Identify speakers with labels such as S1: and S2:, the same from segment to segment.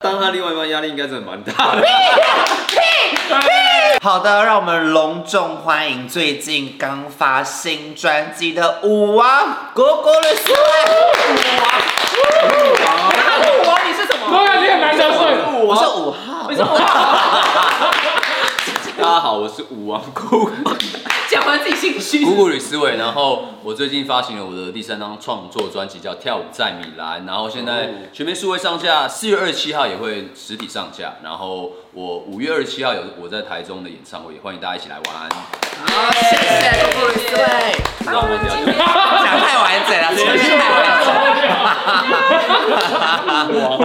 S1: 当他另外一半压力应该真的蛮大的。
S2: 好的，让我们隆重欢迎最近刚发新专辑的舞王果果的苏
S3: 他是我，你是什么？
S4: 对啊，你很难得顺。
S2: 我是五号，
S1: 大家好，我是武王姑
S3: 讲完自己心虚。
S5: 姑姑吕思维，然后我最近发行了我的第三张创作专辑，叫《跳舞在米兰》，然后现
S1: 哦
S5: 在全面数位上架，四月二十七号也会实体上架，然后我五月二十七号有我在台中的演唱会，也欢迎大家一起来玩。
S3: 好，谢谢郭博士。
S1: 那我们聊天
S3: 啊
S2: 讲太完整了，前面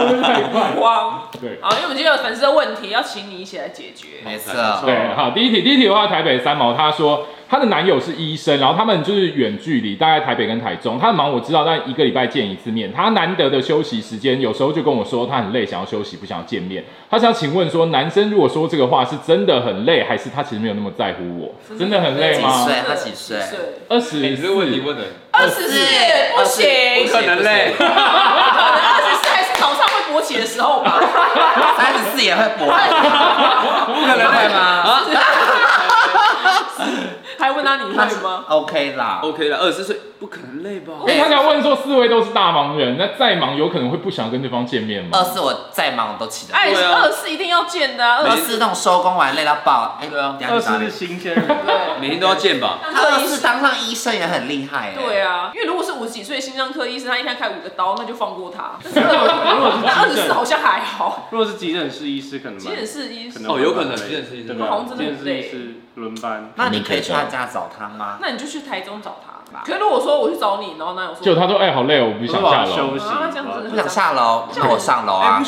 S2: 太完整了。
S3: 汪，
S4: 对
S3: 好，因为我们今天有粉丝的问题，要请你一起来解决。
S2: 没 错，
S4: 对，好，第一题，第一题的话，台北三毛她说她的男友是医生，然后他们就是远距离，大概台北跟台中，他很忙我知道，但一个礼拜见一次面，他难得的休息时间，有时候就跟我说他很累，想要休息，不想要见面。他想请问说，男生如果说这个话是真的很 累，还是他其实没有那么在乎我？真的很累吗
S2: 几？岁他几岁
S4: 二十
S1: 你这个问题
S4: 四，
S1: 问的
S3: 二十四不行，
S1: 可能嘞，
S3: 二十四还是早上会勃起的时候吧？
S2: 三十四也会勃，
S1: 不可能嘞
S2: 会吗
S3: 还问他你会吗？
S2: ？OK 啦，
S1: ？OK 了，二十岁不可能累吧？
S4: 他想问说，四位都是大忙人，那再忙有可能会不想跟对方见面吗？
S2: 二四我再忙我都起得来。
S3: 哎，
S1: 对啊
S3: 二十四一定要见的啊，
S2: 二
S3: 二十
S2: 四那种收工完累到爆，哎，
S5: 对啊
S2: 等一下去哪里
S6: 新鲜人，
S3: 对
S1: 每天都要见吧？
S2: 他二四当上医生也很厉害哎。
S3: 对啊，因为如果是五十几岁心脏科医生，他一天开五个刀，那就放过他。但是二十四好像还好，
S6: 如果是急诊室医师，可能蛮
S3: 急诊室医
S6: 可
S3: 生
S6: 能
S1: 哦有可能
S6: 对
S1: 急诊室医师
S6: 对吧啊
S3: 好像真的
S6: 急诊
S3: 很
S6: 室
S3: 累
S6: 医师轮班，
S2: 那你可以去他家找他吗？
S3: 那你就去台中找他吧。可是如果说我去找你，然后男友说，
S4: 就他说，哎、好累哦，我不想下楼。
S6: 休息
S3: 啊，这样子
S2: 不想下楼，那我上楼
S3: 哎
S2: 啊。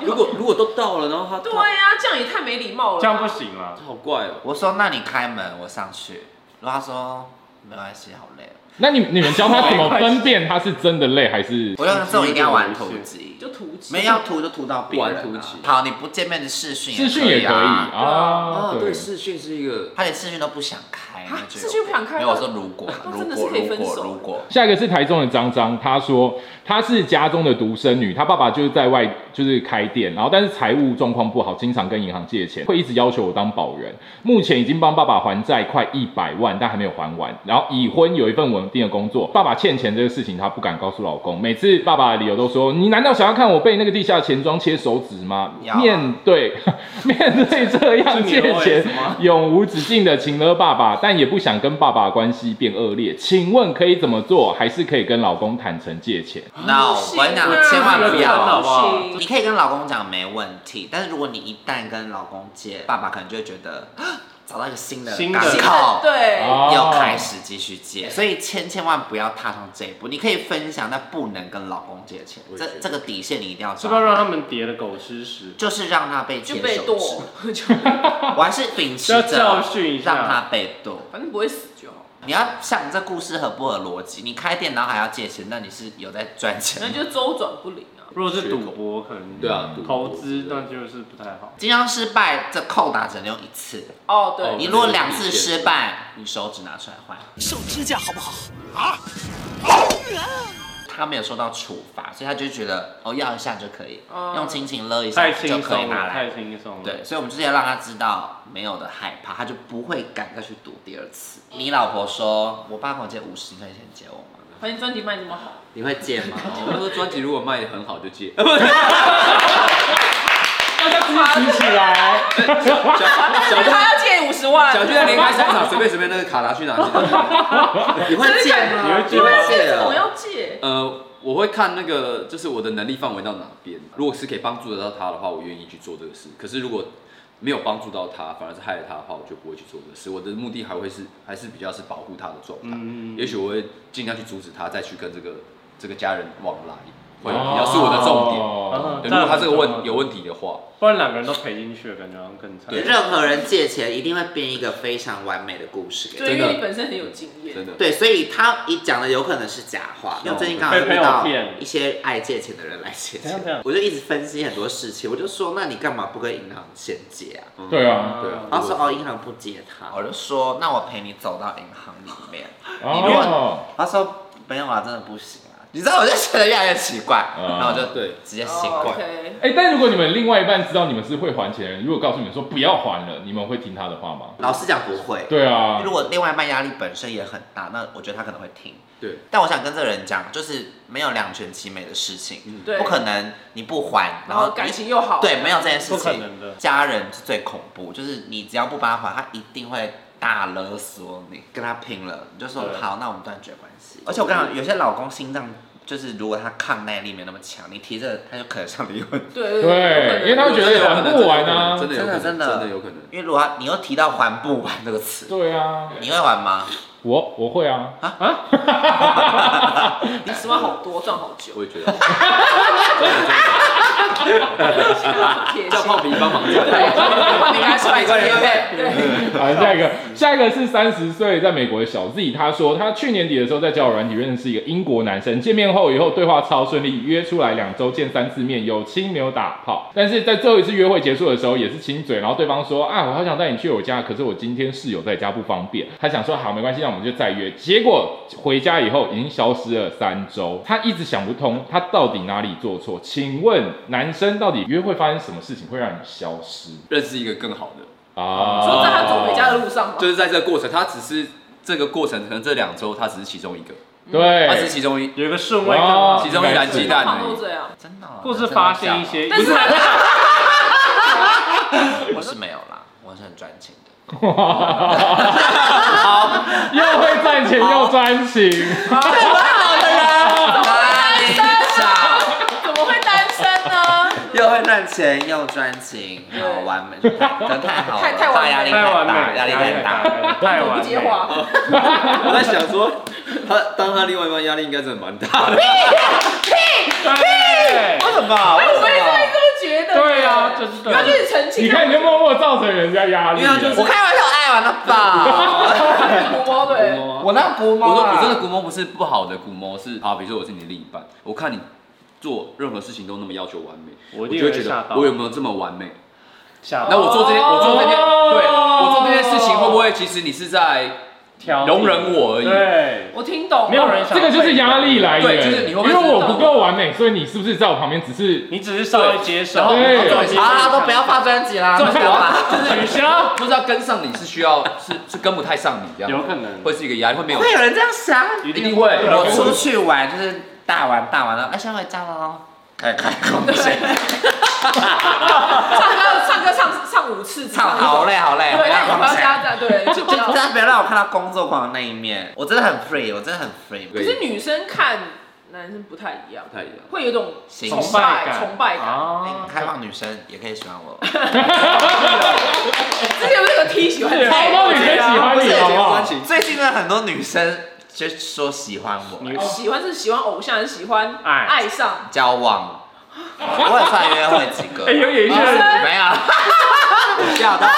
S1: 如果如果都到了，然后他
S3: 对呀、这样也太没礼貌了。
S6: 这样不行啦
S1: 他。好怪哦。
S2: 我说那你开门，我上去。然后他说没关系，好累哦。
S4: 那你你们教他怎 么分辨他是真的累还是
S2: 我用这种一定要玩图集，
S3: 就图纸
S2: 没要涂就涂到别人、啊。
S1: 玩图集
S2: 好，你不见面的视讯、啊，
S4: 视讯也可以
S2: 啊。
S4: 啊
S1: 啊，？
S4: 对
S1: 对，，视讯是一个
S2: 他连视讯都不想开，
S3: 啊
S2: 那，就
S3: 市区不想开
S2: 没有，我说如果，
S3: 那
S2: 如
S3: 真的
S2: 果，
S3: 是可以
S2: 如
S3: 分
S2: 果，
S3: 手
S2: 如果，
S4: 下一个是台中的张张，她说她是家中的独生女，她爸爸就是在外就是开店，然后但是财务状况不好，经常跟银行借钱，会一直要求我当保人。目前已经帮爸爸还债快一百万，但还没有还完。然后已婚，有一份稳定的工作，爸爸欠钱这个事情她不敢告诉老公，每次爸爸的理由都说：你难道想要看我被那个地下钱庄切手指吗？
S2: 要啊
S4: 面对 面对这样借钱永无止境的情了爸爸，但也不想跟爸爸关系变恶劣。请问可以怎么做？还是可以跟老公坦诚借钱？
S2: no，
S3: 不
S2: 我
S3: 行啊
S2: 跟你讲，千万不要。
S3: 不行
S2: 你可以跟老公讲没问题，但是如果你一旦跟老公借，爸爸可能就会觉得啊找到一个新的哦
S6: 新的
S2: 港口，
S3: 啊对，
S6: 哦
S2: 又开始继续借，所以千千万不要踏上这一步。你可以分享，但不能跟老公借钱，
S1: 也觉
S2: 这
S1: 得
S2: 这个底线你一定要
S6: 是
S2: 抓
S6: 不是要
S2: 好。
S6: 让他们叠的狗吃屎？
S2: 就是让他被
S3: 就
S2: 牵
S3: 被
S2: 手 指
S3: 剁，就
S2: 我还是秉持
S6: 要
S2: 着
S6: 教训一下
S2: 让他被剁。
S3: 反正不会死就好，
S2: 你要想这故事合不合逻辑？你开店然后还要借钱，那你是有在赚钱
S3: 那
S2: 吗？
S3: 就周转不灵啊。
S6: 如果是赌博，可能
S1: 对啊赌博
S6: 投资那就是不太好。
S2: 经常失败，这扣打只能用一次。
S3: 哦，对，
S2: 你如果两次失败，你手指拿出来换。手指甲好不好？啊！他没有受到处罚，所以他就觉得哦，要一下就可以，
S3: 哦
S2: 用亲情勒一下
S6: 太
S2: 就
S6: 轻
S2: 可以
S6: 松
S2: 拿
S6: 了，太
S2: 来。
S6: 轻松了。
S2: 对，所以我们就是要让他知道没有的害怕，他就不会敢再去赌第二次。你老婆说，我爸跟我借五十，你可以先借我吗？
S3: 反正专辑卖那么好，
S2: 你会借 吗？
S1: 我那时候专辑如果卖的很好就借，
S4: 举起来，
S3: 但是他要借五十万，
S1: 小巨蛋连开三场，随便随便那个卡拿去哪去拿去。
S2: 你会哦借吗？
S6: 你会
S3: 你
S6: 借
S3: 会
S6: 吗？
S3: 借这种要借，
S1: 呃，我会看那个，就是我的能力范围到哪边。如果是可以帮助得到他的话，我愿意去做这个事。可是如果没有帮助到他，反而是害了他的话，我就不会去做这个事。我的目的还会是还是比较是保护他的状态。
S6: 嗯
S1: 也许我会尽量去阻止他再去跟这个这个家人往来，会
S4: 哦
S1: 比较是我的重点。
S6: 嗯
S4: 点。
S1: 嗯对，如果他这个
S6: 这样
S1: 问
S6: 子
S1: 有问题的话，
S6: 不然两个人都赔进去了，感觉好像更惨。
S2: 任何人借钱一定会编一个非常完美的故事给
S3: 对，
S1: 真
S3: 因
S1: 的
S3: 为你本身很有经验
S1: 真，的
S2: 对，所以他一讲的有可能是假话，因为我最近刚好
S6: 被朋
S2: 遇
S6: 友
S2: 到
S6: 骗
S2: 一些爱借钱的人来借
S6: 怎样
S2: 钱
S6: 怎样，
S2: 我就一直分析很多事情，我就说那你干嘛不跟银行先借啊？
S4: 对啊，
S1: 对啊。
S2: 他说哦，银行不接他，我就 说那我陪你走到银行里面。
S4: 哦，
S2: 他说没有啊，真的不行啊，你知道我就觉得越来越奇怪，
S4: 嗯
S2: 然后我就
S1: 对
S2: 直接醒过来。
S3: 哦 OK，
S4: 哎、但如果你们另外一半知道你们是会还钱的人，如果告诉你们说不要还了，你们会听他的话吗？
S2: 老实讲不会，
S4: 对啊
S2: 因为，如果另外一半压力本身也很大，那我觉得他可能会听。
S1: 对，
S2: 但我想跟这个人讲，就是没有两全其美的事情，
S3: 对
S2: 不可能你不还，
S3: 然后哦感情又好，
S2: 对，没有这件事
S6: 不可
S2: 情。
S6: 能的。
S2: 家人是最恐怖，就是你只要不帮他还，他一定会大勒索你，跟他拼了。你就说
S6: 对
S2: 好，那我们断绝关系。而且我跟你讲，有些老公心脏就是，如果他抗耐力没那么强，你提着他就可能想离婚。
S3: 对
S4: 对，因为他会觉
S1: 真的有
S4: 得
S1: 可能
S4: 还不完啊。
S1: 真的有可能，
S2: 真的
S1: 真
S2: 真的
S1: 的有可能。
S2: 因为如果他你又提到还不完这个词，
S4: 对啊，
S2: 你会还吗？
S4: 我我会啊，
S3: 你十万好多，赚好久，
S1: 我也觉得，
S2: 啊
S3: 贴
S1: 叫
S3: 心。
S1: 胖皮帮忙赚。
S3: 你还出来接对，
S4: 好，下一个，下一个是三十岁在美国的小 Z，他说他去年底的时候在交友软体认识一个英国男生，见面后以后对话超顺利，约出来两周见三次面，有亲没有打炮，但是在最后一次约会结束的时候也是亲嘴，然后对方说啊我好想带你去我家，可是我今天室友在家不方便，他想说好没关系，那我们就再约，结果回家以后已经消失了三周，他一直想不通他到底哪里做错，请问男生到底约会发生什么事情会让你消失
S1: 认识一个更好的，
S4: 啊？
S3: 说在他走回家的路上嘛，
S1: 就是在这个过程，他只是这个过程，可能这两周他只是其中一个，
S4: 对，
S1: 他
S6: 哎
S1: 只是其中一
S6: 有一个顺位干嘛
S4: 哦
S1: 其中一篮鸡蛋
S3: 胖
S1: 而
S3: 都
S1: 已。
S3: 这样。
S2: 真的哦、
S6: 或是发现一
S2: 真
S6: 些
S3: 但是他
S2: 的啊好笑，我是没有啦，我是很专情 的。
S4: 哦又会赚钱又专情，
S2: 哪里找？
S3: 怎么会单身呢？
S2: 啊又会赚钱又专情，好完美，真的太好了，
S3: 太太完美
S2: 大压力
S6: 太
S2: 太
S6: 完
S2: 大，
S6: 美，
S2: 压力太大。
S6: 大，太完
S3: 不接话
S6: 美。，
S1: 我在想说，他当他另外一半压力应该真的蛮大的。
S6: 对
S2: 为什么？为
S3: 我也是这么觉得。
S6: 对啊，这是对
S3: 他就
S6: 的。
S3: 是澄清，
S4: 你看你就默默造成人家压
S1: 因
S4: 力啊
S1: 为他就
S4: 了。
S1: 是
S2: 我开玩笑，爱玩了吧？
S3: 古猫对，
S6: 哦
S2: 我那古猫
S1: 我说
S2: 啊，
S1: 我真的古猫不是不好的古猫，是好，比如说我是你的另一半，我看你做任何事情都那么要求完美，
S6: 我
S1: 我就
S6: 一定
S1: 会觉
S6: 会吓到
S1: 得我有没有这么完美？
S6: 下
S1: 那我做这件，我做这件，
S4: 哦
S1: 对我做这件事情会不会其实你是在
S6: 挑
S1: 容忍我而已？
S6: 对，
S3: 我听懂了。
S6: 没有人想
S4: 这个就是压力来源，
S1: 对就是你会不会
S4: 因为我
S1: 知
S4: 不
S1: 道
S4: 够完美，所以你是不是在我旁边只是
S6: 你只是稍微接受，
S1: 然后
S4: 对
S1: 然后重点是
S2: 好啦，都不要发专辑啦，
S1: 重
S2: 不
S1: 点是
S2: 要
S1: 我
S2: 发。
S1: 要就是
S6: 取消，
S1: 不知道跟上你是需要是是跟不太上你这样，
S6: 有可能
S1: 会是一个压力，会没有
S2: 会有人这样想？
S1: 一定会
S6: 有
S2: 我出去玩就是大玩大玩了，哎，先回家喽，开开空气，
S3: 唱歌唱歌唱唱五次，
S2: 操，好累好累，
S3: 对，
S2: 回
S3: 那
S2: 家
S3: 你不
S2: 空
S3: 要
S2: 气。
S3: 加赞，对，就不
S2: 大
S3: 要。
S2: 家不要让我看到工作狂的那一面，我真的很 free，我真的很 free。
S3: 可是女生看男生不太一样
S1: 不，太一样。
S3: 会有一种
S2: 形
S6: 崇
S3: 崇
S2: 式
S6: 拜
S3: 拜
S6: 感，
S3: 崇拜感。
S2: 哎
S6: 啊，
S2: 开放女生也可以喜欢我，
S3: 之前有那个 T 喜欢
S6: 啊
S4: 好
S1: 啊
S6: 哦
S4: 多女生喜欢你好不好？
S2: 最近的很多女生就说喜欢我，
S6: 女
S3: 喜欢是喜欢偶像，还是喜欢
S6: 爱
S3: 爱上？
S2: 交往，我也算约会几个
S6: 哎，，有演一些人
S2: 没有，吓到，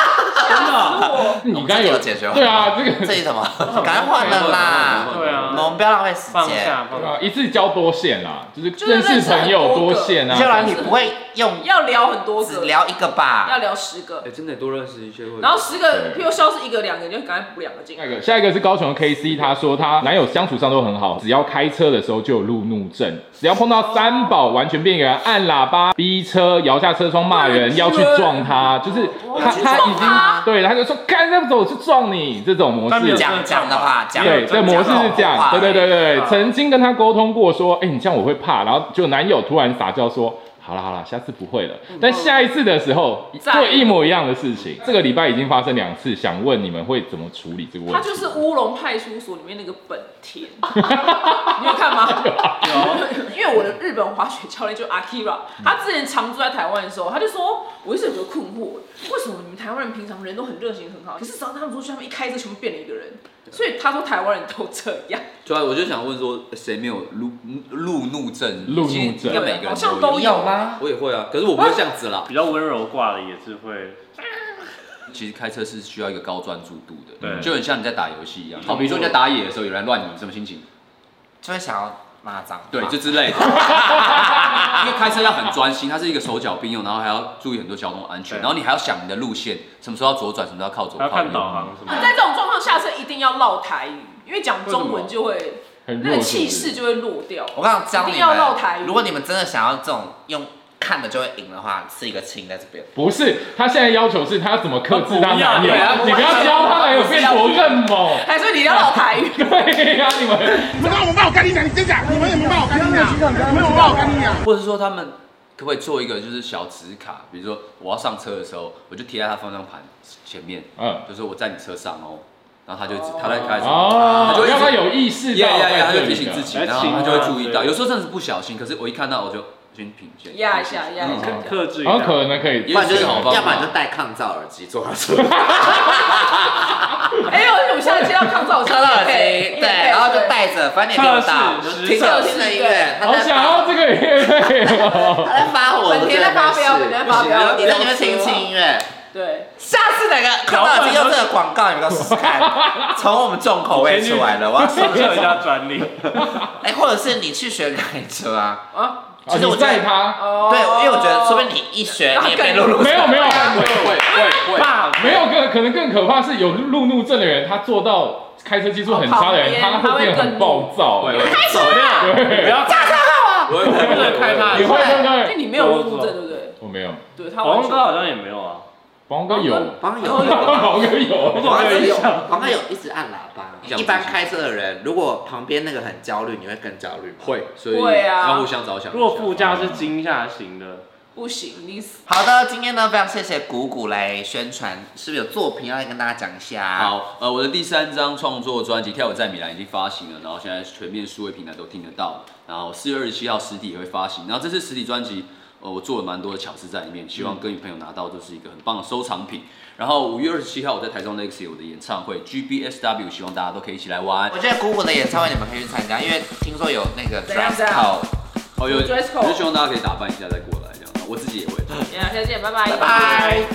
S4: 你刚有
S2: 这个有解决吗
S4: 对啊，这个
S2: 这是什么？赶快换了啦，
S6: 对啊
S2: 我们不要浪费时
S6: 放
S2: 间。
S6: 下，放
S4: 对
S6: 下
S4: 啊，一次交多线啦，就是
S3: 就是
S4: 认识朋友多线
S2: 接下
S4: 啊。
S2: 来你不会用
S3: 要聊很多
S2: 只
S3: 个，
S2: 聊一个吧
S3: 要？聊十个
S1: 哎、，真的多认识一些会。
S3: 然后十个，
S4: 对
S3: 譬如消失一个、两个，你就赶快补两个进
S4: 下
S3: 来。
S4: 一个，下一个是高雄的 KC，他说他男友相处上都很好，只要开车的时候就有路怒症，只要碰到三宝，完全变人，按喇叭、逼车、摇下车窗骂人，要去撞他，就是他
S3: 去
S4: 他已
S3: 撞
S4: 经
S3: 他
S4: 对，他就说干这样子我去撞你这种模
S6: 但没
S4: 式
S6: 有，
S2: 讲讲的话，讲
S4: 对，这
S6: 讲
S4: 模式
S2: 讲
S4: 是这样
S2: 好，话嗯
S4: 对对对对
S6: 啊，
S4: 曾经跟他沟通过说，哎，你这样我会怕，然后就男友突然撒娇说。好了好了，下次不会了。
S2: 嗯
S4: 但下一次的时候
S3: 再
S4: 做一模一样的事情，这个礼拜已经发生两次，想问你们会怎么处理这个问题？
S3: 他就是乌龙派出所里面那个本田，你有看吗？有，因为我的日本滑雪教练就 Akira，他之前常住在台湾的时候，他就说，我一直有个困惑，为什么你们台湾人平常人都很热情很好，可是只要他们出去，他们一开车全部变了一个人，所以他说台湾人都这样，
S1: 主要我就想问说，谁没有路路怒症？
S4: 路怒症
S1: 其实应该每个
S3: 好
S1: 人
S3: 像
S1: 都
S3: 都
S1: 有。
S3: 有
S2: 吗？
S1: 我也会啊，可是我不会这样子啦。
S6: 比较温柔挂的也是会，
S1: 其实开车是需要一个高专注度的，
S6: 对嗯
S1: 就很像你在打游戏一样。好，比如说你在打野的时候，有人乱你，什么心情？
S2: 就会想要骂脏话。
S1: 对，这之类的。 因为开车要很专心，它是一个手脚并用，然后还要注意很多交通安全，
S6: 对
S1: 然后你还要想你的路线，什么时候要左转，什么时候要靠左
S6: 还要
S1: 靠
S6: 看导
S1: 右。
S6: 航什么
S3: 你
S6: 的。
S3: 在这种状况下车一定要唠台语，因为讲中文就会
S4: 很
S3: 那
S4: 弱
S3: 个
S4: 是
S3: 气
S4: 不是
S3: 势就会落掉。
S2: 我刚刚教
S3: 一
S2: 你
S3: 定要绕台
S2: 们，如果你们真的想要这种用看的就会赢的话，吃一个青在这边。
S4: 不是，他现在要求是他要怎么克制他
S6: 不要
S4: 男友
S6: 对啊，
S4: 你不要教他男友变多更猛。
S3: 还是哎你要绕台语？
S4: 对呀、你们
S7: 你们让我骂我干你娘！你真假？你们有没有骂我干你娘？你们有没有骂我干你娘？
S1: 或者说他们可不可以做一个就是小纸卡，比如说我要上车的时候，我就贴在他方向盘前面，
S4: 嗯
S1: 就说我在你车上哦，然后他就一直他在开车，
S4: 哦
S1: 他就，一直
S4: 让他有意识到
S1: 呀呀呀，他
S4: 在这
S1: 就提
S4: 里
S1: 醒自
S4: 的。
S1: 己，然后
S3: 啊
S1: 他就会注意到。
S6: 对
S1: 有时候真的是不小心，可是我一看到我就先品鉴
S3: 压一下，压一下。
S4: 嗯
S6: 克制一
S4: 然后
S6: 下。
S4: 可能可以
S1: 也许是好方法
S2: 要不然就戴抗噪耳机坐上车，
S3: 哎，我我们现在接到抗噪车
S2: 抗噪耳机，对，然后就戴着，反正你也听不到，
S6: 测试
S2: 就听着听着音乐，他
S4: 好
S2: 在
S4: 想
S2: 发
S4: 要这个乐队哦。
S2: 他在发火，
S3: 本田在发飙本田在发飙
S2: 你在里面听轻音乐。
S3: 对，
S2: 下次哪个看到有这个广告，你们给我试试看，从我们重口味出来了，我要试
S6: 注册
S2: 一
S6: 一
S2: 下。
S6: 下 专利，
S2: 哎，或者是你去学开车啊？
S3: 啊，
S4: 啊
S2: 其实
S4: 你
S2: 我觉得
S4: 在他
S3: 哦
S2: 对，因为我觉得说不定你一学你也被露露。
S4: 没有没有
S1: 会会会会，
S6: 爸
S4: 没有更可能更可怕是有路怒症的人，他做到开车技术很差的人，
S3: 哦旁边
S4: 他会变得很暴躁。
S1: 会会
S6: 走量，不要炸车
S1: 我会我会开他。
S4: 欸你会对不
S3: 哎，
S4: 对？
S3: 你没有路怒症对不对？
S4: 我没有，
S3: 对他
S6: 广
S3: 完
S6: 告
S3: 全
S6: 好像也没有啊，
S4: 王哥有，
S2: 网友，
S4: 王哥有，
S2: 网友有，网友一直按喇叭。一般开车的人，如果旁边那个很焦虑，你会更焦虑吗？
S1: 会，所以
S3: 会啊
S1: 要互相着想。
S6: 如果副驾是惊吓型的，
S3: 不行，你死
S2: 好的，今天呢非常谢谢谷谷来宣传，是不是有作品要来跟大家讲一下？，
S1: 好，呃，我的第三张创作专辑《跳舞在米兰》已经发行了，然后现在全面数位平台都听得到，然后四月二十七号实体也会发行，然后这次实体专辑，呃，我做了蛮多的巧思在里面，希望跟朋友拿到就是一个很棒的收藏品。然后五月二十七号我在台中 Lex E 有我的演唱会 GBSW，希望大家都可以一起来玩
S2: 我。觉得谷谷的演唱会你们可以去参加，因为听说有那个
S3: 怎样
S2: dress
S3: 怎样
S2: code。
S1: 哦，有，我
S3: Dress code 啊
S1: 就希望大家可以打扮一下再过来这样，我自己也会。
S3: 呀，下次见，拜拜，
S2: 拜。